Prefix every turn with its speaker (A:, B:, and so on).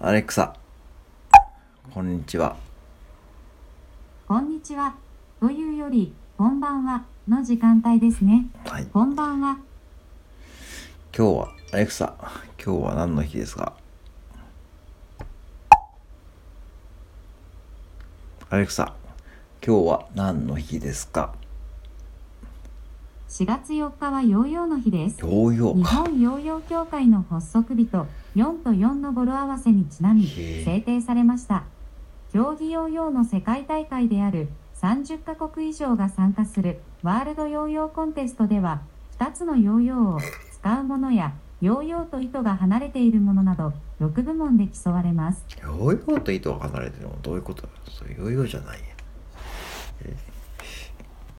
A: アレクサ、こんにちは。
B: こんにちは。というより、こんばんはの時間帯ですね。
A: はい、
B: こんばんは。
A: 今日は、アレクサ、今日は何の日ですかアレクサ、今日は何の日ですか
B: 4月4日はヨーヨーの日です。
A: ヨーヨー
B: 日
A: か。
B: 本ヨーヨー協会の発足日と4と4の語呂合わせにちなみ
A: へえ
B: 制定されました。競技ヨーヨーの世界大会である30カ国以上が参加するワールドヨーヨーコンテストでは2つのヨーヨーを使うものやヨーヨーと糸が離れているものなど6部門で競われます。
A: ヨーヨーと糸が離れてるのどういうことだそれヨーヨーじゃないや。え